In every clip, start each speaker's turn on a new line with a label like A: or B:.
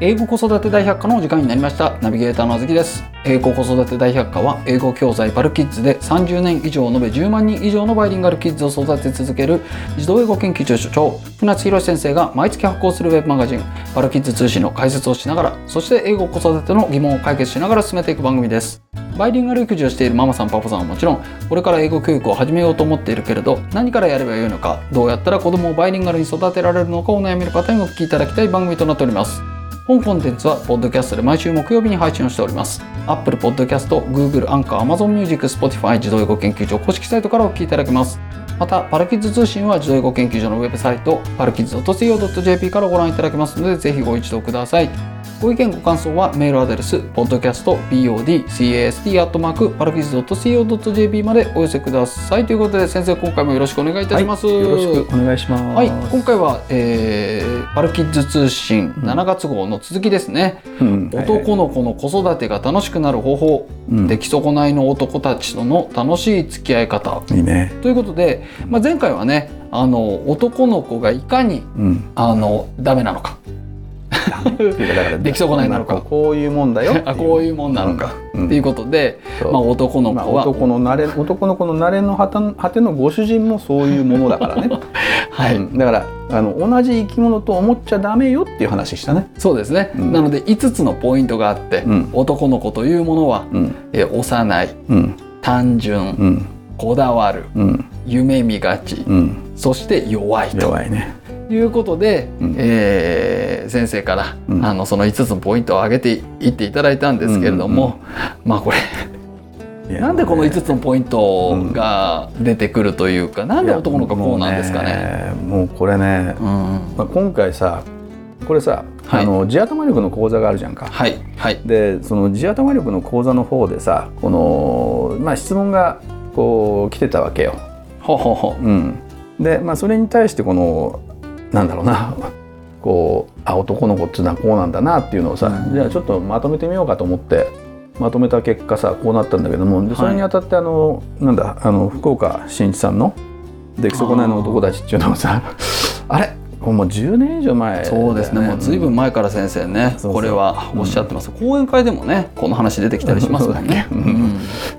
A: 英語子育て大百科のお時間になりましたナビゲーターのあずきです英語子育て大百科は英語教材パルキッズで30年以上延べ10万人以上のバイリンガルキッズを育て続ける児童英語研究所所長船津博史先生が毎月発行するウェブマガジンパルキッズ通信の解説をしながらそして英語子育ての疑問を解決しながら進めていく番組ですバイリンガル育児をしているママさんパパさんはもちろんこれから英語教育を始めようと思っているけれど何からやればよいのかどうやったら子供をバイリンガルに育てられるのかお悩みの方にもお聞きいただきたい番組となっております本コンテンツはポッドキャストで毎週木曜日に配信をしております Apple Podcast、Google、Anchor、Amazon Music、Spotify 自動英語研究所公式サイトからお聞きいただけますまたパルキッズ通信は自動英語研究所のウェブサイトパルキッズ .co.jp からご覧いただけますのでぜひご一読くださいご意見ご感想はメールアドレス podcastpodcast.parkiz.co.jp までお寄せくださいということで先生今回もよろしくお願いいたします、
B: はい、よろしくお願いします。
A: はい、今回は、えー、パルキッズ通信7月号の続きですね、
B: うんはいはい
A: 男の子の子育てが楽しくなる方法、
B: うん
A: 出来損ないの男たちとの楽しい付き合い方
B: いいね。
A: ということで、まあ、前回はねあの男の子がいかに
B: うん。
A: あのダメなのか
B: っていうかだから
A: 出来損ないなのか
B: こういうもんだよってい。
A: あこういうもんなのか、
B: うん
A: っていうことで、
B: そう
A: まあ、男の
B: まあ
A: 子は、
B: 男の慣れ男の子の慣れの果て果てのご主人もそういうものだから ね。
A: はい、
B: うんだからあの同じ生き物と思っちゃダメよっていう話したね。
A: そうですね、
B: うん
A: なので5つのポイントがあって、
B: うん
A: 男の子というものは、
B: うん
A: えー幼い
B: うん
A: 単純、
B: うん
A: こだわる
B: うん
A: 夢見がち、
B: うん。
A: そして弱いと
B: 弱いね。
A: いうことで、
B: うん
A: えー先生から、
B: うん
A: あのその5つのポイントを挙げていっていただいたんですけれども、まあこれ
B: いや
A: なんでこの
B: もうね
A: 5つのポイントが出てくるというか、なんで男の子はこうなんですかね。
B: いやもうもうこれね
A: う、ん
B: まあ今回さこれさ、
A: はい
B: あの地頭力の講座があるじゃんか。
A: はいはい
B: でその地頭力の講座の方でさこの、まあ、質問がこう来てたわけよ。
A: ほうほうほう
B: うん、で、まあ、それに対してこのなんだろうな こうあ男の子ってのはこうなんだなっていうのをさ、
A: うん
B: じゃあちょっとまとめてみようかと思ってまとめた結果さこうなったんだけどもでそれにあたってあの、なんだあの福岡伸一さんの「出来損ないの男たち」っていうのをさ あれこれもう10年以上前だよ、
A: そうですねもうずいぶん前から先生ね、
B: そうそう
A: これはおっしゃってます、講演会でもねこの話出てきたりしますもんね。
B: そうだっけうん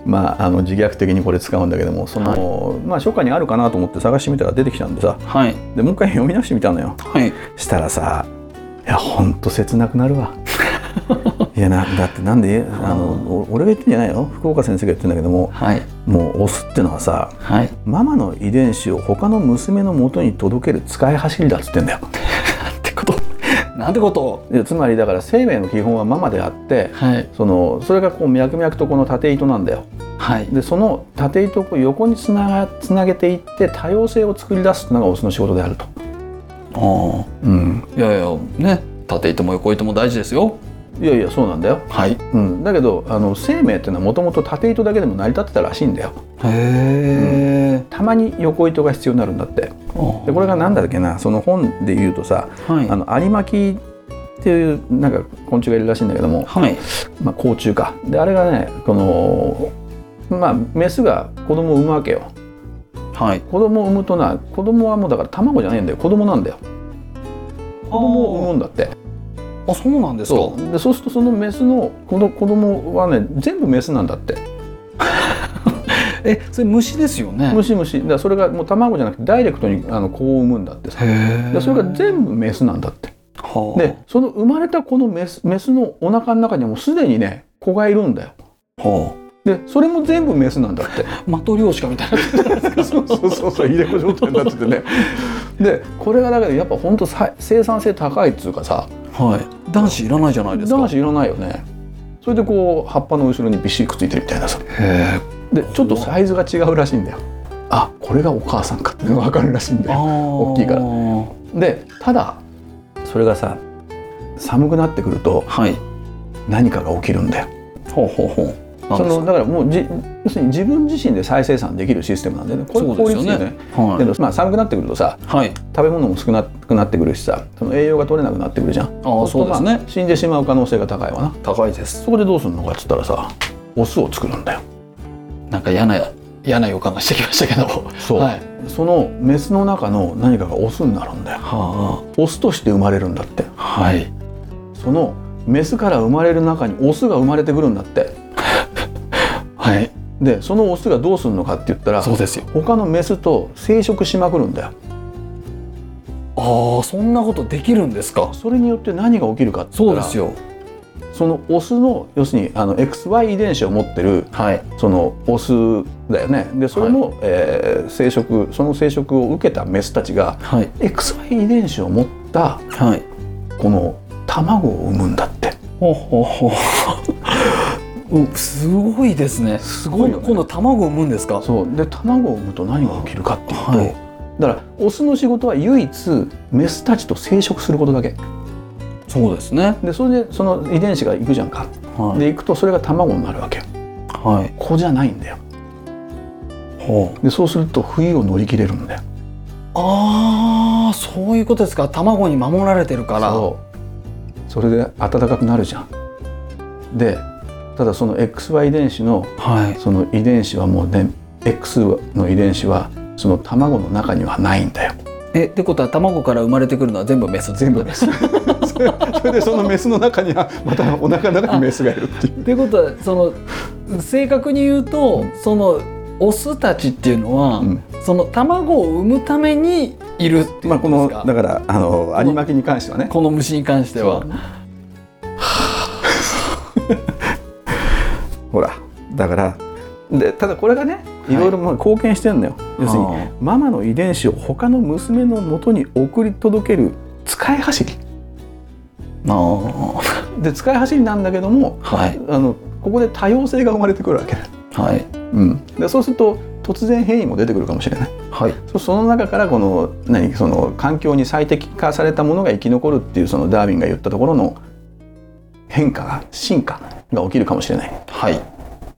B: まあ、あの自虐的にこれ使うんだけどもその、まあ、初夏にあるかなと思って探してみたら出てきたんでさ
A: うんはい
B: でもう一回読み直してみたのよ
A: はい
B: したらさいやほんと切なくなるわいやなだってなんであのお俺が言ってんじゃないよ福岡先生が言ってんだけども
A: はい
B: もうオスってのはさ
A: はい
B: ママの遺伝子を他の娘の元に届ける使い走りだっつってんだよ
A: なんてことなんてことを
B: いやつまりだから生命の基本はママであって
A: はい
B: そのそれがこう脈々とこの縦糸なんだよ
A: はい
B: でその縦糸をこう横につながつなげていって多様性を作り出すってのがオスの仕事であると、
A: あ
B: うん、
A: あいやいやね縦糸も横糸も大事ですよ
B: いやいやそうなんだよ、
A: はいへ
B: うん、だけどあの生命っていうのはもともと縦糸だけでも成り立ってたらしいんだよ
A: え、
B: たまに横糸が必要になるんだって
A: あ
B: でこれが何だっけなその本で言うとさ
A: はい
B: あのアリマキっていうなんか昆虫がいるらしいんだけども、
A: はい
B: まあ、甲虫かであれがねこのまあメスが子供を産むわけよ
A: はい
B: 子供を産むとな子供はもうだから卵じゃねえんだよ子供なんだよ
A: 子
B: 子供を産むんだって
A: あそうなんですか
B: そうでそうするとそのメスのこの子供はね全部メスなんだって
A: えそれ虫ですよね
B: 虫虫だからそれがもう卵じゃなくてダイレクトにあの子を産むんだってさ
A: へえ
B: でそれが全部メスなんだって
A: はあ
B: でその生まれた子のメスメスのお腹の中にはもうすでにね子がいるんだよ
A: は
B: でそれも全部メスなん だって
A: あマトリョーシカみたいな
B: そうそうそうそういでこ状態になっててねでこれがだけどやっぱほんとさ生産性高いっつうかさ
A: はい男子いらないじゃないですか
B: 男子いらないよねそれでこう葉っぱの後ろにびっしりくっついてるみたいなさ
A: へえ
B: でちょっとサイズが違うらしいんだよあこれがお母さんかっていうのが分かるらしいんだよ
A: 大
B: きいから
A: は
B: でただそれがさ寒くなってくると
A: い
B: 何かが起きるんだよ
A: ほうほうほう
B: そのだからもうじ要するに自分自身で再生産できるシステムなんだよねこれ
A: そう
B: 効
A: です
B: 率
A: よ
B: いい
A: ね
B: ね
A: は
B: け
A: い
B: ど、まあ、寒くなってくるとさ
A: はい
B: 食べ物も少なくなってくるしさその栄養が取れなくなってくるじゃん
A: ああそうです
B: まあ
A: ね
B: 死んでしまう可能性が高いわな
A: 高いです
B: そこでどうするのかっつったらさオスを作るんだよ
A: なんか嫌な嫌な予感がしてきましたけど
B: そう
A: はい
B: そのメスの中の何かがオスになるんだよ
A: は
B: オスとして生まれるんだって
A: あはい
B: そのメスから生まれる中にオスが生まれてくるんだって
A: はい
B: でそのオスがどうするのかって言ったら
A: そうですよ
B: 他のメスと生殖しまくるんだよ
A: ああそんなことできるんですか
B: それによって何が起きるかって言
A: そ
B: っ
A: う
B: た
A: で
B: ら
A: すよ
B: そのオスの要するにあの XY 遺伝子を持ってる
A: はい
B: そのオスだよねでそれの、えー生殖その生殖を受けたメスたちが
A: はい
B: XY 遺伝子を持った
A: はい
B: この卵を産むんだって
A: ほうほうほう うんすごいですね
B: す
A: 今度
B: 今
A: 今度卵を産むんですか
B: そうで卵を産むと何が起きるかっていうと、
A: はい
B: だからオスの仕事は唯一メスたちと生殖することだけ
A: そうですね
B: でそれでその遺伝子がいくじゃんか
A: はい
B: でいくとそれが卵になるわけ
A: はい
B: 子じゃないんだよ
A: ほう
B: でそうすると冬を乗り切れるんだよ
A: ああそういうことですか卵に守られてるから
B: そうそれで暖かくなるじゃんでただその XY 遺伝子の
A: はい
B: その遺伝子はもうね X の遺伝子はその卵の中にはないんだよ
A: えってことは卵から生まれてくるのは全部メス
B: 全部メスそれ それでそのメスの中にはまたお腹の中にメスがいるってい う
A: ってことはその正確に言うとそのオスたちっていうのは、
B: うん
A: その卵を産むためにいるってい
B: ま
A: う
B: あこ
A: んで
B: の
A: すか、
B: だからあの有馬記に関してはね
A: この虫に関しては
B: そう ほらだからでただこれがね
A: い
B: いろいろまあ貢献してんのよ、要するに
A: は
B: ママの遺伝子を他の娘の元に送り届ける使い走り
A: ああ
B: で使い走りなんだけども
A: あはい
B: あのここで多様性が生まれてくるわけ、
A: はい
B: うん、でそうすると突然変異も出てくるかもしれない
A: はい
B: そその中からこの何その環境に最適化されたものが生き残るっていうそのダーウィンが言ったところの変化が進化が起きるかもしれない
A: はい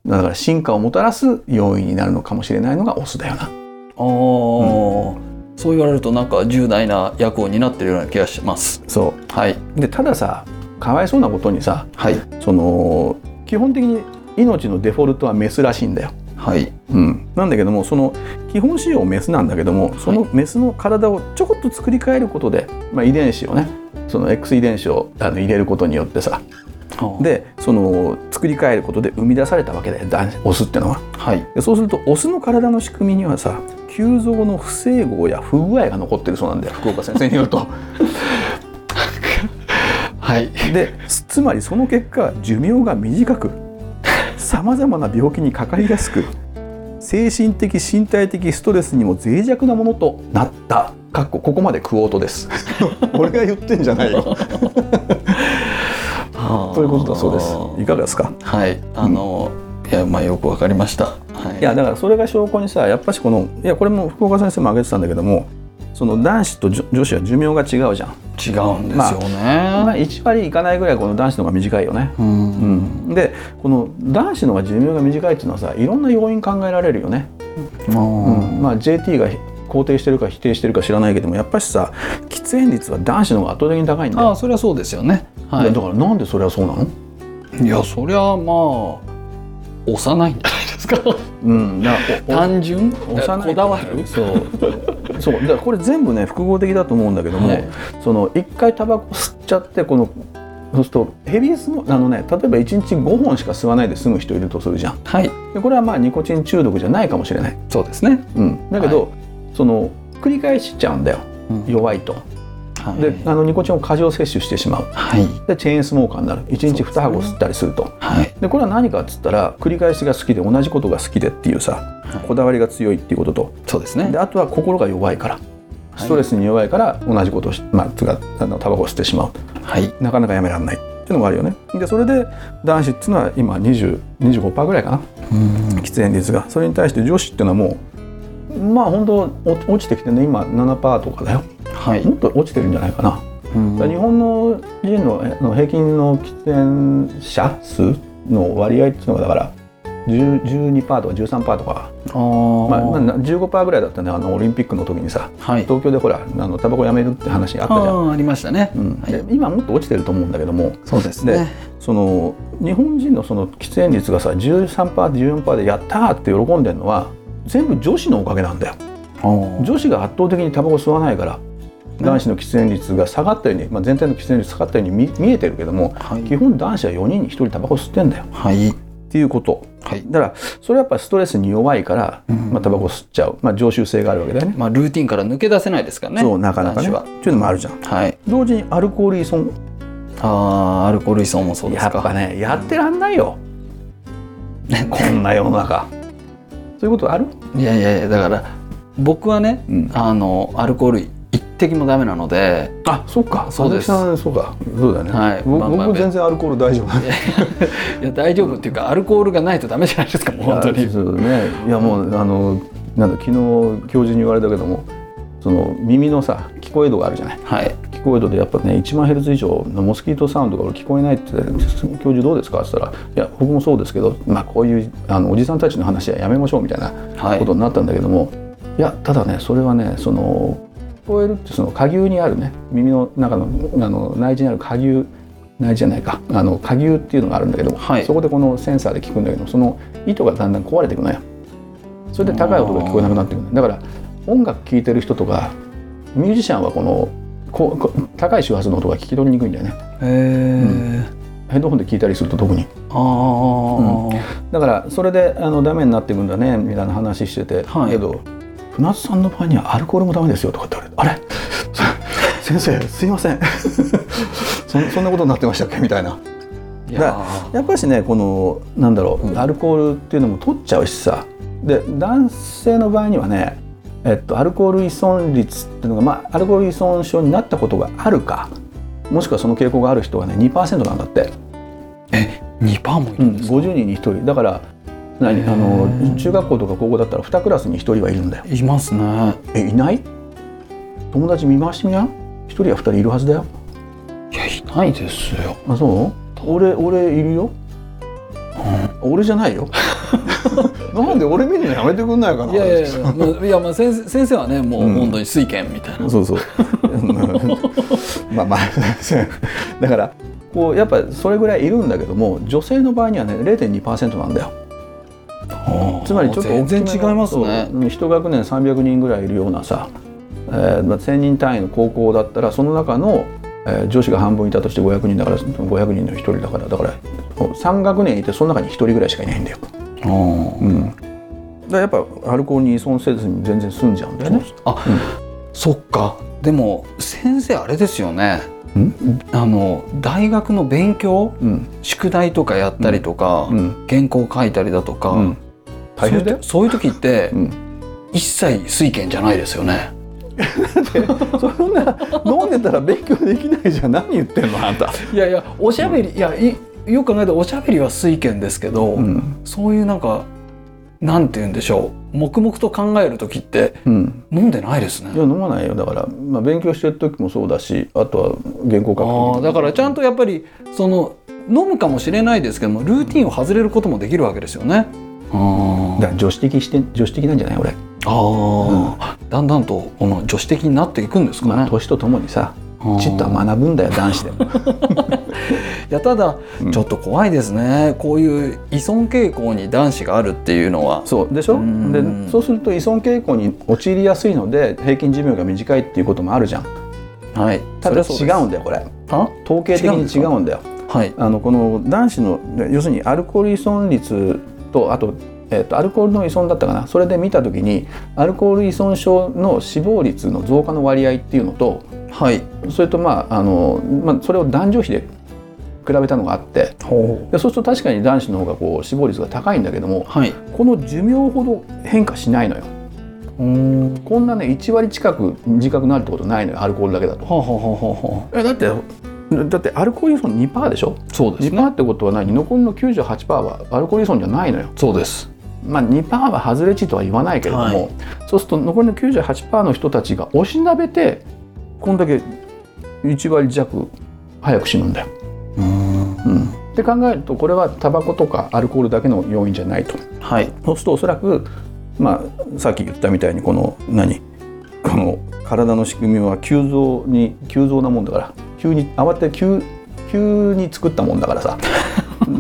B: だから進化をもたらす要因になるのかもしれないのがオスだよな
A: ああ、そう言われるとなんか重大な役を担ってるような気がします
B: そ
A: はい
B: でたださかわいそうなことにさ
A: はい
B: その基本的に命のデフォルトはメスらしいんだよ、
A: はい
B: うん、なんだけどもその基本仕様メスなんだけどもそのメスの体をちょこっと作り変えることで、まあ、遺伝子をねその X 遺伝子をあの入れることによってさでその作り変えることで生み出されたわけだよ男オスってのは
A: はい
B: でそうするとオスの体の仕組みにはさ急増の不整合や不具合が残ってるそうなんだよ福岡先生による と
A: はい
B: でつまりその結果寿命が短くさまざまな病気にかかりやすく精神的身体的ストレスにも脆弱なものとなったかっこここまでクオートです 俺が言ってんじゃないよと
A: と
B: いうことだ そうですいかがですか
A: はいあの、いやまあよくわかりましたはい
B: いやだからそれが証拠にさやっぱしこのいやこれも福岡先生も挙げてたんだけどもその男子と女女子は寿命が違うじ
A: 違
B: ゃん、
A: うんですよね、
B: まあ、1割いかないぐらいこの男子の方が短いよね、
A: う
B: うんん、でこの男子の方が寿命が短いっていうのはさいろんな要因考えられるよね、
A: うん
B: まあ、JT が肯定してるか否定してるか知らないけどもやっぱしさ喫煙率は男子の方が圧倒的に高いんだよ、
A: ああそりゃそうですよねは
B: だからなんでそれはそうなの
A: いいやそりゃまあ幼いんじゃないですか
B: うん、だからおお
A: 単純
B: 幼い
A: こだわる
B: そう そうだからこれ全部ね複合的だと思うんだけども、
A: はい
B: その一回タバコ吸っちゃってこのそうするとヘビースモーあのね例えば1日5本しか吸わないで済む人いるとするじゃん
A: はい
B: でこれはまあニコチン中毒じゃないかもしれない、
A: そうですね、
B: うん、だけど、その繰り返しちゃうんだよ弱いと
A: はい
B: であのニコチンを過剰摂取してしまう
A: はい
B: でチェーンスモーカーになる1日
A: そうですね
B: 2箱吸ったりすると
A: はい
B: でこれは何かっつったら繰り返しが好きで同じことが好きでっていうさ
A: はい
B: こだわりが強いっていうことと
A: そうですね
B: であとは心が弱いから
A: い
B: ストレスに弱いから同じことをし、まあ、つうかあのタバコを吸ってしまう
A: はい
B: なかなかやめられないっていうのがあるよねでそれで男子っていうのは今20 25%ぐらいかな
A: うん
B: 喫煙率がそれに対して女子っていうのはもうまあ本当お落ちてきてね今7%とかだよ
A: はい
B: もっと落ちてるんじゃないかな
A: うん
B: だから日本の人のえの平均の喫煙者数の割合っていうのがだから10 12%とか13%とか、
A: あー
B: まあ、まあな15%ぐらいだったねあのオリンピックの時にさ
A: はい
B: 東京でほらあのタバコやめるって話あったじゃん、
A: あーありましたね
B: うん
A: はい
B: で今もっと落ちてると思うんだけども
A: そうです
B: でその日本人のその喫煙率がさ 13%14% でやったーって喜んでるのは全部女子のおかげなんだよ
A: あー
B: 女子が圧倒的にタバコ吸わないから
A: ね
B: 男子の喫煙率が下がったように、まあ、全体の喫煙率下がったように見見えてるけども
A: はい
B: 基本男子は4人に1人タバコ吸ってんだよ
A: はい
B: っていうこと
A: はい
B: だからそれはやっぱストレスに弱いから、
A: うん
B: まあ、タバコ吸っちゃう、まあ、常習性があるわけだよね
A: まあルーティンから抜け出せないですからね
B: そうなかなかね
A: 男
B: っ
A: 子
B: ていうのもあるじゃん
A: ははい
B: 同時にアルコール依存
A: あーアルコール依存もそうです
B: やっ
A: か
B: ぱねやってらんないよ
A: ね
B: こんな世の中そういうことある、
A: いやいやいやだから僕はね
B: うん、
A: あのアルコール一滴もダメなの で
B: あそうか
A: そうです
B: 青木さんそうかそうだよね、
A: はい
B: ぼ
A: まあまあ
B: 僕全然アルコール大丈夫
A: いや大丈夫っていうかアルコールがないとダメじゃないですかもう本当
B: いや
A: に
B: そうねいやもうあのなんだ昨日教授に言われたけどもその耳のさ聞こえ度があるじゃない
A: はい
B: 聞こえ度でやっぱね1万ヘルツ以上のモスキートサウンドが俺聞こえないって言って教授どうですか?」って言ったら「いや僕もそうですけど、まあ、こういうあのおじさんたちの話はやめましょう」みたいな
A: はい
B: ことになったんだけども、い、やただねそれはねその聞こえるってその下牛にあるね耳の中のあの内耳にある下牛内耳じゃないかあの下牛っていうのがあるんだけども、
A: はい
B: そこでこのセンサーで聞くんだけどもその糸がだんだん壊れていくのよそれで高い音が聞こえなくなってくるのだから音楽聴いてる人とかミュージシャンはこのこうこう高い周波数の音が聞き取りにくいんだよね
A: へえ
B: ヘッドホンで聞いたりすると特に
A: ああ
B: だからそれであのダメになっていくんだねみたいな話してて、
A: はい
B: けど船津さんの場合にはアルコールもダメですよとかって言われ てあれ先生すいません そんそんなことになってましたっけみたいないだ
A: やー
B: やっぱりねこのなんだろう、
A: うん
B: アルコールっていうのも取っちゃうしさで男性の場合にはねえっと、アルコール依存率っていうのが、まあ、アルコール依存症になったことがあるかもしくはその傾向がある人はね2%なんだって
A: え二パーもいる
B: うん
A: んですか
B: 50人に1人だから何
A: へー
B: あの中学校とか高校だったら2クラスに1人はいるんだよ
A: いますね
B: えいない友達見回してみな1人や2人いるはずだよ
A: いやいないですよ
B: あそう俺俺いるよ、俺じゃないよ なんで俺見るのやめてくんないかない
A: やいやいや、ま あ、いやまあ先生先生はねもう本当に水拳みたいな、
B: そうそうまあまあ だからこうやっぱそれぐらいいるんだけども女性の場合にはね0.2%なんだよ
A: あー
B: つまりちょっと大きめの
A: 全然違いますね
B: そううん一学年300人ぐらいいるようなさ、えーまあ、1,000人単位の高校だったらその中の、えー女子が半分いたとして500人だから500人の1人だからだから3学年いてその中に1人ぐらいしかいないんだよ。
A: あー
B: うん、だからやっぱアルコールに依存せずに全然済んじゃうんだよね。
A: あ、そっかでも先生あれですよね
B: うん
A: あの大学の勉強
B: うん
A: 宿題とかやったりとか、
B: うん
A: 原稿書いたりだとか、
B: うん大変だよ。
A: そういう時そういう時って
B: うん
A: 一切水拳じゃないですよね
B: そんな飲んでたら勉強できないじゃん何言ってんのあんた。
A: いやいやおしゃべり、いやいよく考えておしゃべりは水拳ですけど、
B: うん
A: そういうなんかなんて言うんでしょう黙々と考える時って
B: うん
A: 飲んでないです
B: いや
A: ね。
B: 飲まないよだから、まあ、勉強してる時もそうだしあとは原稿書く時
A: ああ
B: も
A: だからちゃんとやっぱりその飲むかもしれないですけどもルーティンを外れることもできるわけですよね。あ
B: だから女子的して女子的なんじゃない俺、
A: あ、だんだんとこの女子的になっていくんですかね。
B: まあ、年とともにさ
A: ああ
B: ちっとは学ぶんだよ男子でも
A: いやただ、
B: うん
A: ちょっと怖いですねこういう依存傾向に男子があるっていうのは。
B: そうでしょ
A: うん
B: でそうすると依存傾向に陥りやすいので平均寿命が短いっていうこともあるじゃん
A: はい、
B: ただ
A: そ
B: 違
A: れはそううん
B: だよこれ
A: ですあ
B: 統計的に違うんだよ
A: はい
B: あのこの男子の要するにアルコール依存率とあと,、えっとアルコールの依存だったかなそれで見た時にアルコール依存症の死亡率の増加の割合っていうのと
A: はい
B: それとまああの、まあ、それを男女比で比べたのがあってでそうすると確かに男子の方がこう死亡率が高いんだけども
A: はい
B: この寿命ほど変化しないのよ
A: うんは
B: こんなね1割近く短くなるってことないのよアルコールだけだと
A: あ、はあはあは
B: えだってだってアルコール依存2%でしょ
A: あ、そう
B: 2%ってことは何残りの98%はアルコール依存じゃないのよ
A: そうです
B: まあ2%は外れ値とは言わないけれども、
A: はい
B: そうすると残りの98%の人たちがおしなべてこんだけ1割弱早く死ぬんだよ
A: うん
B: うん、って考えるとこれはタバコとかアルコールだけの要因じゃないと
A: はい
B: そうするとおそらく、まあ、さっき言ったみたいにこの何この体の仕組みは急増に急増なもんだから急に慌てて急急に作ったもんだからさ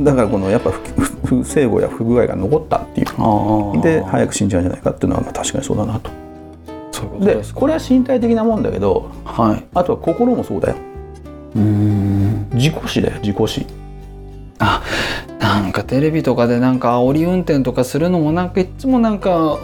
B: だからこのやっぱ不不不整合や不具合が残ったっていう
A: ああ
B: で早く死んじゃうんじゃないかっていうのはまあ確かにそうだなと
A: そういうこ
B: でこれは身体的なもんだけど
A: はい
B: あとは心もそうだよ
A: うーん
B: 自己死だよ自己死
A: あなんかテレビとかでなんか煽り運転とかするのもなんかいっつもなんか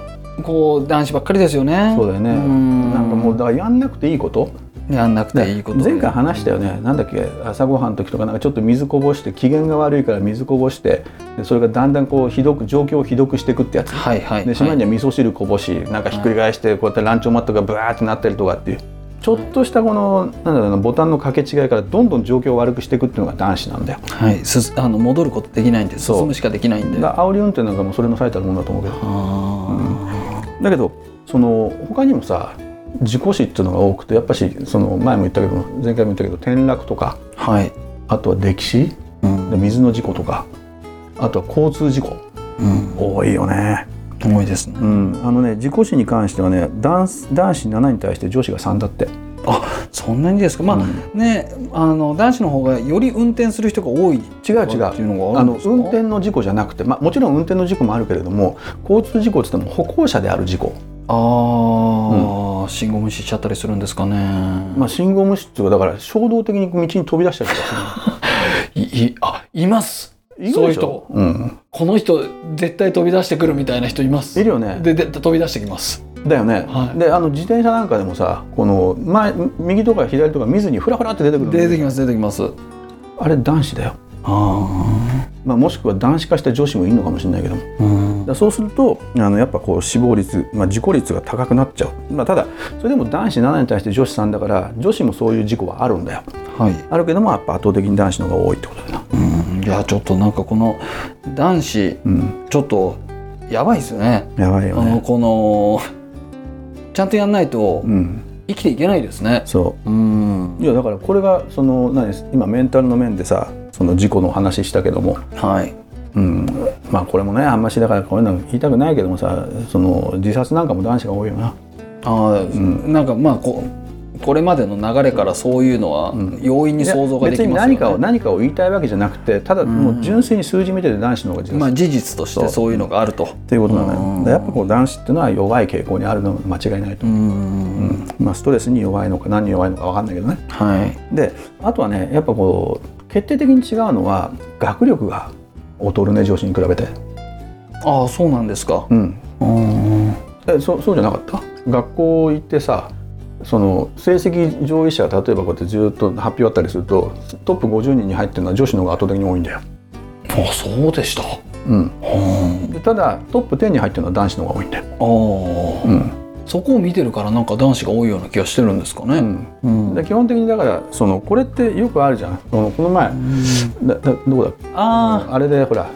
A: こう男子ばっかりですよね
B: そうだよね
A: ん
B: なんかもうだからやんなくていいこと
A: やんなくていいこと
B: 前回話したよねなんだっけ朝ごはんの時とかなんかちょっと水こぼして機嫌が悪いから水こぼしてでそれがだんだんこうひどく状況をひどくしていくってやつ
A: はいはい
B: でしまいには味噌汁こぼしなんかひっくり返してこうやってランチョンマットがブワーってなったりとかっていうちょっとしたこのなんだろうなボタンの掛け違いからどんどん状況を悪くしていくっていうのが男子なんだよ
A: はい、はい、すあの戻ることできないんで
B: そう
A: 進むしかできないんで
B: だから煽り運転なんかもそれの最たるものだと思うけど
A: あ
B: だけどその他にもさ自己死っていうのが多くてやっぱしその前も言ったけど前回も言ったけど転落とか
A: ーはい、
B: あとは溺死
A: うん
B: で水の事故とかあとは交通事故
A: うん、
B: 多いよね、
A: 重いですね
B: うん、あのね事故死に関してはね男子男子7に対して女子が3だって
A: そんなにですかまあ、ねあの男子の方がより運転する人が多い
B: 違う違う
A: っていうのがあ
B: あ
A: るん
B: の
A: ですか
B: 運転の事故じゃなくて、まあ、もちろん運転の事故もあるけれども交通事故って言っても歩行者である事故、
A: あー、信号無視しちゃったりするんですかね、
B: まあ、信号無視っていうかだから衝動的に道に飛び出したりとか
A: いいあいます
B: す る
A: そういう人
B: でしょうん、
A: この人絶対飛び出してくるみたいな人います
B: いるよね
A: でで飛び出してきます
B: だよね、
A: はい
B: であの自転車なんかでもさこの前右とか左とか見ずにフラフラって出てくるの
A: 出てきます出てきますあ
B: あれ男子だよ、
A: あ
B: まあ、もしくは男子化した女子もいるのかもしれないけども
A: うん
B: だそうするとあのやっぱこう死亡率、まあ、事故率が高くなっちゃう、まあ、ただそれでも男子7に対して女子3だから女子もそういう事故はあるんだよ
A: はい
B: あるけどもやっぱ圧倒的に男子の方が多いってことだな
A: うんいやちょっとなんかこの男子
B: うん
A: ちょっとやばいですよね
B: やばい
A: あ
B: よ
A: の
B: ね
A: このちゃんとやんないと
B: うん
A: 生きていけないですね
B: そ
A: うん
B: ういやだからこれがその何です今メンタルの面でさその事故の話したけども
A: はい
B: うんまあこれもねあんましだからこういうの言いたくないけどもさその自殺なんかも男子が多いよな
A: あー、なんかまあここれまでの流れからそういうのは
B: ん
A: 容易に想像ができますよ
B: 別に何かを
A: ね。
B: 何かを言いたいわけじゃなくてただもう純粋に数字見てて男子の方が自殺
A: まあ事実としてそういうのがあると。
B: っていうことなのよ
A: うん
B: だからやっぱこう男子っていうのは弱い傾向にあるのは間違いないと、
A: う
B: うん
A: ん
B: まあ、ストレスに弱いのか何に弱いのか分かんないけどね
A: はい。
B: であとはねやっぱこう決定的に違うのは学力が劣るね女子に比べて、
A: ああそうなんですか。
B: うん、
A: うん。
B: えそそうじゃなかった学校行ってさその成績上位者が例えばこうやってずっと発表あったりするとトップ50人に入ってるのは女子の方が圧倒的に多いんだよ、
A: あそうでした。
B: うん、
A: うん。
B: でただトップ10に入ってるのは男子の方が多いんだよ、
A: ああ。
B: うん
A: そこを見てるからなんか男子が多いような気がしてるんですか
B: う
A: ね。
B: ん、
A: うん
B: で基本的にだからそのこれってよくあるじゃんそのこの前だだどこだ
A: あ
B: あれでほら、
A: は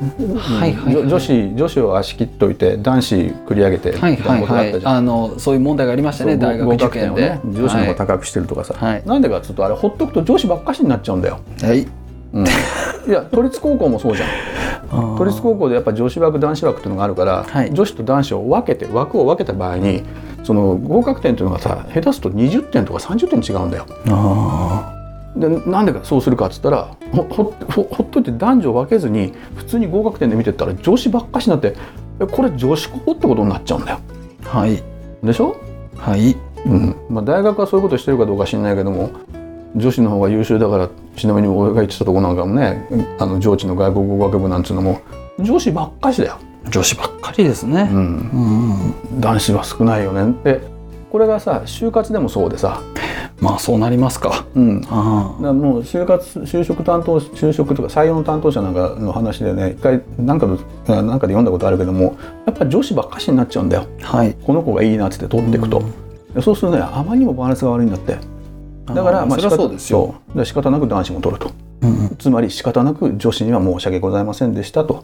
A: いはいはい
B: 女女子女子を足切っといて男子繰り上げて
A: あ。はい
B: みたいな
A: はい
B: ことがあ
A: は
B: った
A: い。
B: じゃん、
A: あのそういう問題がありました
B: そ
A: ね
B: う
A: 大学
B: 合
A: 受
B: 格点
A: 験
B: を
A: で
B: ね。女子の方が
A: は
B: 高くしてるとかさ、
A: はい
B: なんでかっつうとあれほっとくと女子ばっかしになっちゃうんだよ、
A: い。はい。
B: うんいや都立高校もそうじゃん都立高校でやっぱ女子枠男子枠っていうのがあるから、
A: はい
B: 女子と男子を分けて枠を分けた場合にその合格点っていうのがさ下手すると20点とか30点違うんだよ
A: あ
B: でなんでかそうするかっつったらほほほほっといて男女分けずに普通に合格点で見てったら女子ばっかしになってえこれ女子校ってことになっちゃうんだよ
A: あ。はい
B: でしょ、
A: はい。
B: うんまあ、大学はそういうことしてるかどうか知んないけども女子の方が優秀だからちなみに俺が言ってたとこなんかもねあの上智の外国語学部なんつうのも女子ばっかしだよ、
A: 女子ばっかりです
B: う
A: ね。
B: ん、
A: うん。
B: 男子は少ないよねでこれがさ就活でもそうでさ、
A: まあそうなりますか。
B: うん、
A: あ
B: だからもう就活就職担当就職とか採用の担当者なんかの話でね一回なんかのあなんかで読んだことあるけどもやっぱ女子ばっかしになっちゃうんだよ
A: あ。はい。
B: この子がいいなっつって取っていくと、でそうするとねあまりにもバランスが悪いんだってだから
A: あー
B: ま
A: そ
B: あ
A: りゃ
B: 仕方
A: そうですよ。
B: そうだから仕方なく男子も取ると
A: うん
B: つまり仕方なく女子には申し訳ございませんでしたと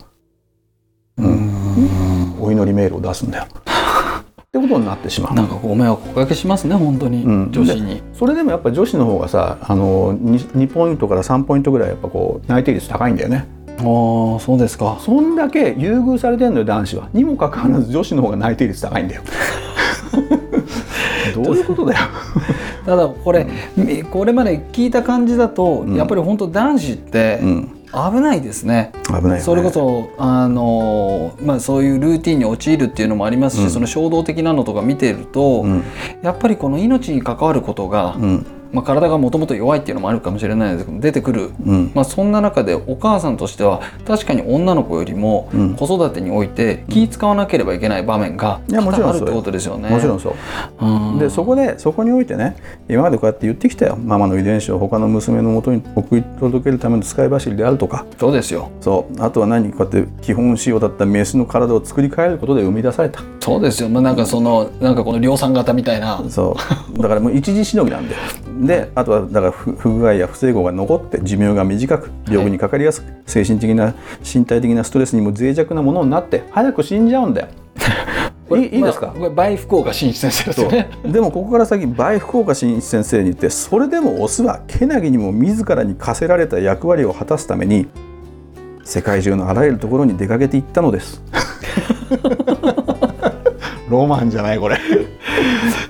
A: うん
B: お祈りメールを出すんだよってことになってしまう
A: なんかご迷惑おかけしますね本当に、
B: うん
A: 女子に。
B: それでもやっぱ女子の方がさあの 2, 2ポイントから3ポイントぐらいやっぱこう内定率高いんだよね
A: ああそうですか。
B: そんだけ優遇されてるのよ男子はにもかかわらず女子の方が内定率高 いんだよどういうことだよ
A: ただこれ、みこれまで聞いた感じだと、
B: うん
A: やっぱり本当男子って、
B: ん
A: 危ないですね
B: 危ないよね
A: それこそあのー、まあ、そういうルーティンに陥るっていうのもありますし、
B: うん
A: その衝動的なのとか見てると、
B: うん
A: やっぱりこの命に関わることが、
B: うん
A: まあ、体がもともと弱いっていうのもあるかもしれないですけど出てくる、
B: うん
A: まあ、そんな中でお母さんとしては確かに女の子よりも
B: うん
A: 子育てにおいて気使わなければいけない場面が
B: いや
A: 多
B: もちろ
A: 々
B: ん
A: あるっ
B: そう
A: て
B: よ
A: ことですよね。
B: もちろんそう
A: うん
B: でそこでそこにおいてね今までこうやって言ってきたよママの遺伝子を他の娘のもとに送り届けるための使い走りであるとか
A: そうですよ
B: そうあとは何こうやって基本仕様だったメスの体を作り変えることで生み出された
A: そうですよ、まあ、なんかそのなんかこの量産型みたいな
B: そうだからもう一時しのぎなんだよであとはだから不不具合や不整合が残って寿命が短く病気にかかりやすく、精神的な身体的なストレスにも脆弱なものになって早く死んじゃうん だよいいいいですか
A: まあ、これ倍福岡新一先生です
B: そ
A: よね
B: うでもここから先倍福岡新一先生に言ってそれでもオスはけなぎにも自らに課せられた役割を果たすために世界中のあらゆるところに出かけていったのです ロマンじゃないこれ、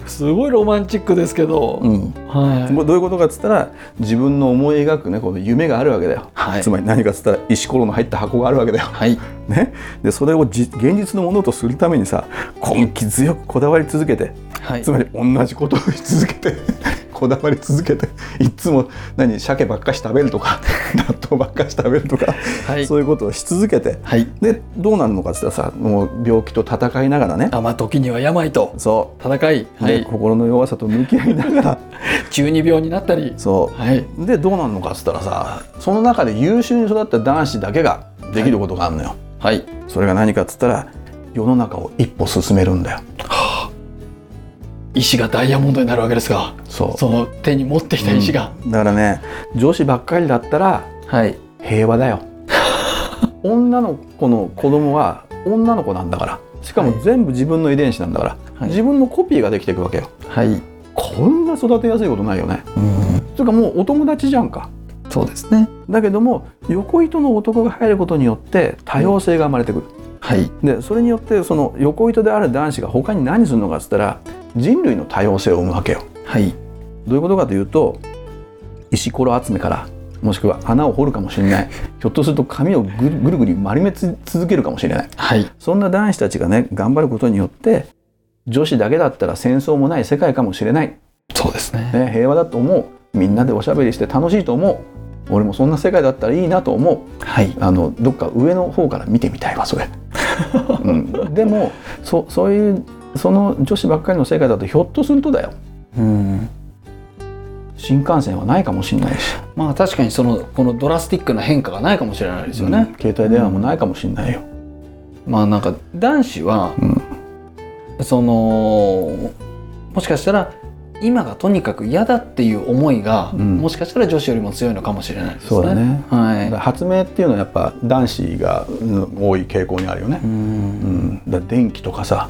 A: すごいロマンチックですけど、
B: うん、
A: はい
B: もうどういうことかっつったら自分の思い描くねこの夢があるわけだよ、
A: はい
B: つまり何かっつったら石ころの入った箱があるわけだよ、
A: はい
B: ね、でそれをじ現実のものとするためにさ根気強くこだわり続けて
A: はい
B: つまり同じことをし続けて こだわり続けていつも何鮭ばっかし食べる とか納豆ばっかし食べるとか、
A: はい
B: そういうことをし続けて
A: はい
B: でどうなるのかって言ったらさもう病気と戦いながらね
A: あまあ時には病と
B: そ
A: 戦い、
B: う、
A: は
B: で
A: い、
B: 心の弱さと向き合いながら
A: 中二病になったり
B: そう、
A: はい
B: でどうなるのかっつったらさその中で優秀に育った男子だけができることがあるのよ、
A: はい
B: それが何かっつったら世の中を一歩進めるんだよ
A: 石がダイヤモンドになるわけですが
B: そう
A: その手に持ってきた石が、
B: うんだからね女子ばっかりだったら
A: はい
B: 平和 だよ女の子の子供は女の子なんだからしかも全部自分の遺伝子なんだから、
A: はい
B: 自分のコピーができていくわけよ
A: はい、
B: こんな育てやすいことないよね
A: うん、
B: それかもうお友達じゃんか
A: そうですね
B: だけども横糸の男が入ることによって多様性が生まれてくる、
A: はい
B: でそれによってその横糸である男子が他に何するのかっつったら人類の多様性を生むわけよ
A: はい
B: どういうことかというと石ころ集めからもしくは穴を掘るかもしれないひょっとすると髪をぐるぐるぐる丸めつ続けるかもしれない
A: はい
B: そんな男子たちがね頑張ることによって女子だけだったら戦争もない世界かもしれない、
A: そうですね
B: ね、平和だと思うみんなでおしゃべりして楽しいと思う俺もそんな世界だったらいいなと思う
A: はい
B: あのどっか上の方から見てみたいわ それ、うん、でもそそういうその女子ばっかりの世界だとひょっとするとだよ
A: うん
B: 新幹線はないかもしれないし、
A: まあ確かにそのこのドラスティックな変化がないかもしれないですよね、
B: 携帯電話もないかもしれないよ、
A: まあなんか男子は、
B: うん
A: そのもしかしたら今がとにかく嫌だっていう思いが、
B: うん
A: もしかしたら女子よりも強いのかもしれないですね。
B: そうだねだから
A: は
B: 発明っていうのはやっぱ男子がうん多い傾向にあるよね
A: い。う、
B: うんん、だから電気とかさ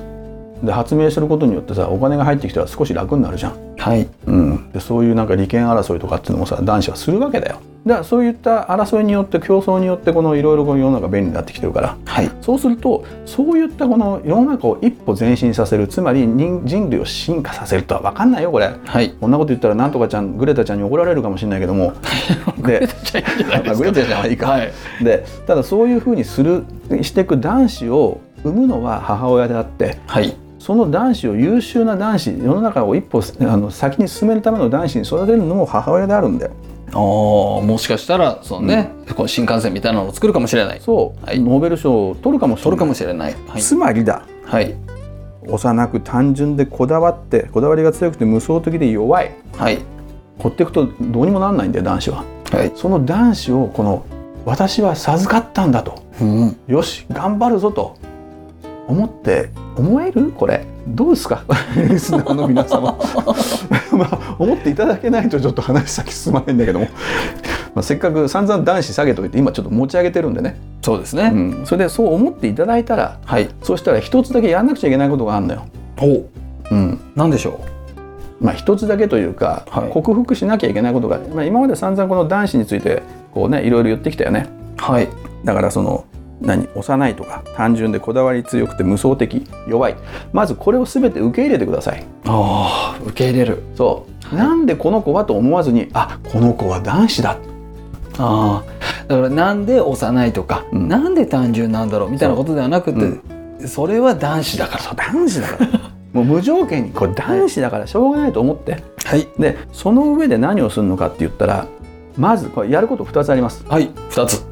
B: で発明することによってさお金が入ってきたら少し楽になるじゃん、
A: はい
B: うん、でそういうなんか利権争いとかっていうのもさ男子はするわけだよだからそういった争いによって競争によってこのいろいろこの世の中便利になってきてるから
A: はい
B: そうするとそういったこの世の中を一歩前進させるつまり人人類を進化させるとは分かんないよこれ
A: はい。
B: こんなこと言ったらなんとかちゃんグレタちゃんに怒られるかもしれないけ どもで
A: じゃあいいんじゃないですか
B: あグレタちゃんはいいか
A: はい。
B: でただそういうふうにするしていく男子を産むのは母親であって
A: はい。
B: その男子を優秀な男子世の中を一歩あの先に進めるための男子に育てるのも母親であるんだよ。
A: ああもしかしたらそのね、この新幹線みたいなのを作るかもしれない。
B: そう、
A: はい
B: ノーベル賞を取るかもしれ
A: 取
B: な
A: る
B: い
A: かもしれない。はい。
B: つまりだ
A: はい。
B: 幼く単純でこだわってこだわりが強くて無双的で弱い
A: はい。
B: ほっていくとどうにもなんないんだよ男子は。
A: はい。
B: その男子をこの私は授かったんだと
A: うん。
B: よし頑張るぞと思って思えるこれどうですか リスナーの皆様 まあ思っていただけないとちょっと話先進まないんだけども、まあ、せっかく散々男子下げといて今ちょっと持ち上げてるんでね、
A: そうですね。
B: うんそれでそう思っていただいたら
A: はい。
B: そうしたら一つだけやんなくちゃいけないことがあるのよ。
A: お
B: うん
A: なんでしょ
B: まあ、一つだけというか、
A: はい
B: 克服しなきゃいけないことが、まあ、今まで散々この男子についてこうねいろいろ言ってきたよね。
A: う。はい。
B: だからその何幼いとか単純でこだわり強くて無双的弱いまずこれを全て受け入れてください
A: ああ受け入れる。
B: そう、なんでこの子はと思わずにあこの子は男子だ
A: ああだからなんで幼いとか、
B: うん
A: なんで単純なんだろうみたいなことではなくて、それは男子だから
B: そう男子だから もう無条件にこれ男子だからしょうがないと思って
A: はい
B: でその上で何をするのかって言ったらまずこれやること2つあります
A: はい2つ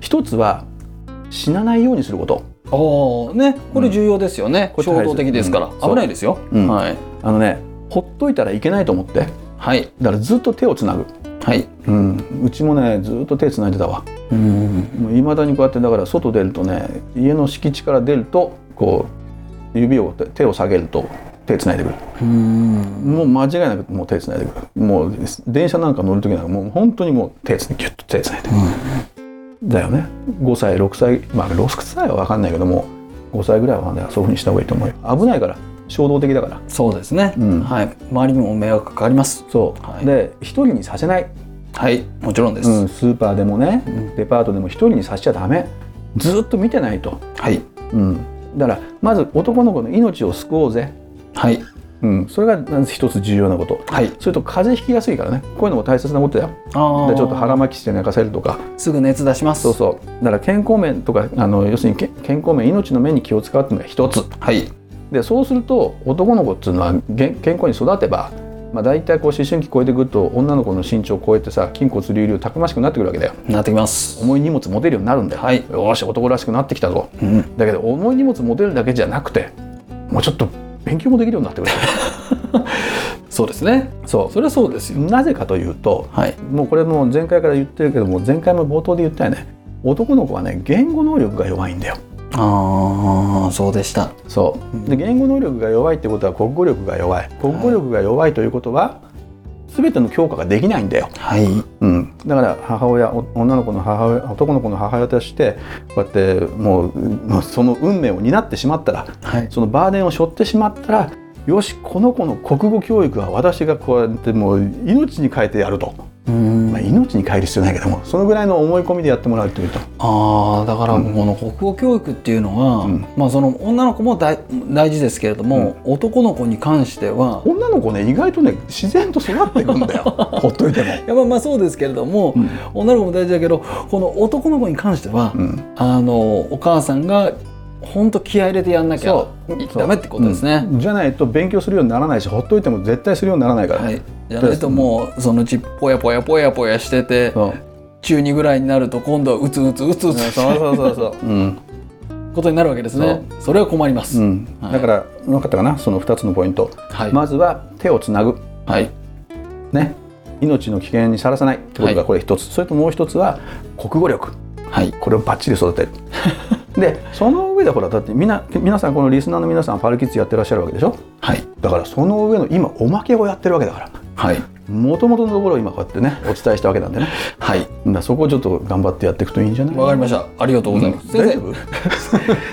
B: 1つは死なないようにすること
A: ああねこれ重要ですよね、
B: うん
A: 衝動的ですから、
B: うん
A: 危ないですよ、
B: うん
A: はい
B: あのねほっといたらいけないと思って
A: はい
B: だからずっと手をつなぐ、
A: はい
B: うん、うちもねずっと手つないでたわ
A: うん
B: いまだにこうやってだから外出るとね家の敷地から出るとこう指を手を下げると手つないでくる
A: うん
B: もう間違いなくもう手つないでくるもう電車なんか乗る時なんかもう本当にもう手つギュッと手つないでだよね5歳6歳まあ6歳は分かんないけども5歳ぐらいはまだそういうふうにした方がいいと思うよ危ないから衝動的だから
A: そうですね、
B: うん
A: はい周りにも迷惑かかります
B: そう、
A: はい
B: で一人にさせない、
A: はいもちろんです、
B: うん、スーパーでもね
A: ん
B: デパートでも一人にさせちゃダメずっと見てないと、
A: はい
B: うん、だからまず男の子の命を救おうぜ、
A: はい
B: うん、それが一つ重要なこと
A: はい
B: それと風邪ひきやすいからねこういうのも大切なことだよ
A: あ
B: で
A: あ
B: ちょっと腹巻きして寝かせるとか
A: すぐ熱出します
B: そうそうだから健康面とかあの要するにけ健康面命の面に気を使うっていうのが一つ
A: はい
B: でそうすると男の子っていうのはげ健康に育てば、まあ、大体こう思春期超えてくると女の子の身長を超えてさ筋骨隆々たくましくなってくるわけだよ
A: なってきます
B: 重い荷物持てるようになるんだよ、
A: はい
B: よーし男らしくなってきたぞ
A: うん
B: だけど重い荷物持てるだけじゃなくてもうちょっと勉強もできるようになってくる
A: そうですね
B: そ
A: それはそうです
B: う
A: よ
B: なぜかというと
A: はい
B: もうこれもう前回から言ってるけども前回も冒頭で言ったよね男の子はね言語能力が弱いんだよ
A: ああそうでした
B: そうで言語能力が弱いってことは国語力が弱い国語力が弱いということは、全ての強化ができないんだよ、
A: はい
B: うん、だから母親お女の子の母親男の子の母親としてこうやってもうもうその運命を担ってしまったら
A: はい
B: そのバーデンを背負ってしまったらよしこの子の国語教育は私がこうやってもう命に変えてやると、
A: うん
B: まあ、命に変える必要ないけどもそのぐらいの思い込みでやってもらうというと
A: ああだから
B: うん
A: この国語教育っていうのは、
B: うん
A: まあその女の子も大大事ですけれども、男の子に関しては
B: 女の子ね意外とね自然と育っていくん だよほっといても。
A: いやまあまあそうですけれども、
B: うん
A: 女の子も大事だけどこの男の子に関しては、
B: うん
A: あのお母さんが本当気合い入れてやんなきゃ
B: そう
A: ダメってことですね。
B: うんじゃないと勉強するようにならないしほっといても絶対するようにならないから、
A: はい、じゃないともうそのうちぽやぽやぽやぽやしてて
B: そう
A: 中2ぐらいになると今度はうつうつうつうつす
B: そうそうそうそう、うん
A: ることになるわけですねそれは困ります、
B: うん
A: はい
B: だから分かったかなその2つのポイント、
A: はい、
B: まずは手をつなぐ
A: はい
B: ね命の危険にさらさないってこと
A: は
B: がこれ一つ、それともう一つは国語力
A: はい
B: これをバッチリ育 てるでその上でほらだってみな皆さんこのリスナーの皆さんパルキッズやってらっしゃるわけでしょ
A: はい
B: だからその上の今おまけをやってるわけだから
A: はい
B: もともとのところを今こうやってねお伝えしたわけなんでね
A: はい
B: だからそこをちょっと頑張ってやっていくといいんじゃない
A: わかりましたありがとうございます、
B: うん大
A: 先
B: 丈夫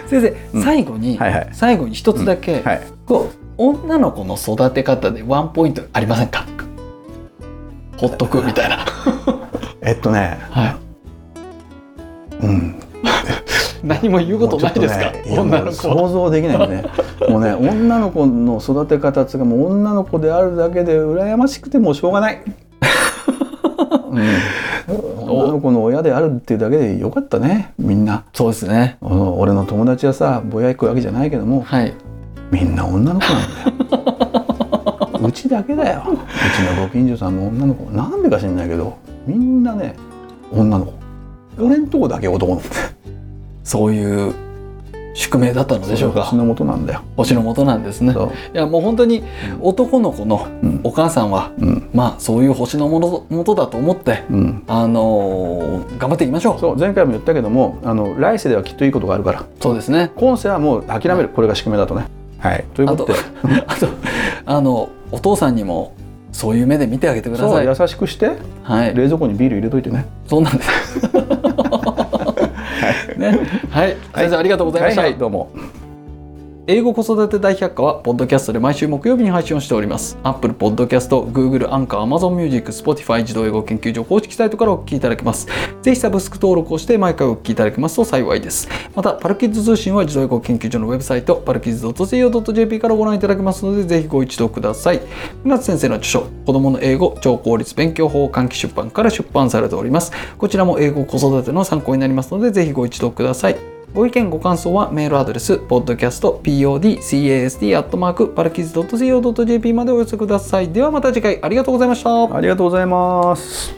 A: 生先生、最後に、
B: はいはい
A: 最後に一つだけ、
B: はい
A: こう女の子の育て方でワンポイントありません かほっとくみたいな
B: えっとね
A: はい
B: うん
A: 何も言うことないですか、
B: もうちょっとねいや
A: 女
B: も
A: の
B: う
A: 子は
B: 想像できな いよねもうね女の子の育て方つうかもう女の子であるだけで羨ましくてもうしょう がない、うん、女の子の親であるっていうだけでよかったねみんな
A: そうですね
B: あの俺の友達はさぼやいくわけじゃないけども
A: はい
B: みんな女の子なんだよ うちだけだようちのご近所さんも女の子なんでか知んないけどみんなね女の子俺んとこだけ男の子
A: そういう宿命だったのでしょうか
B: それが星の元なんだよ
A: 星の元なんですね
B: そう
A: いやもう本当に男の子の
B: うん
A: お母さんは、
B: うん
A: まあそういう星のもの元だと思って
B: うん
A: あのー頑張っていきましょうそう
B: そう前回も言ったけどもあの来世ではきっといいことがあるから
A: ですね
B: 今世はもう諦めるこれが宿命だとねはいという
A: あ
B: こと
A: と
B: で
A: あと あのお父さんにもそういう目で見てあげてくだ
B: そ
A: さ
B: う
A: い
B: 優しくして
A: はい
B: 冷蔵庫にビール入れといてね
A: そうなんです ねはい、先生ありがとうございました、
B: はいはいどうも
A: 英語子育て大百科はポッドキャストで毎週木曜日に配信をしております Apple Podcast、Google、アンカー、Amazon Music、Spotify 自動英語研究所公式サイトからお聞きいただけますぜひサブスク登録をして毎回お聞きいただけますと幸いですまたパルキッズ通信は自動英語研究所のウェブサイトパルキッズ .co.jp からご覧いただけますのでぜひご一読ください船津先生の著書子供の英語超効率勉強法換気出版から出版されておりますこちらも英語子育ての参考になりますのでぜひご一読くださいご意見ご感想はメールアドレス podcastpodcast.co.jp までお寄せください。ではまた次回ありがとうございました。
B: ありがとうございます。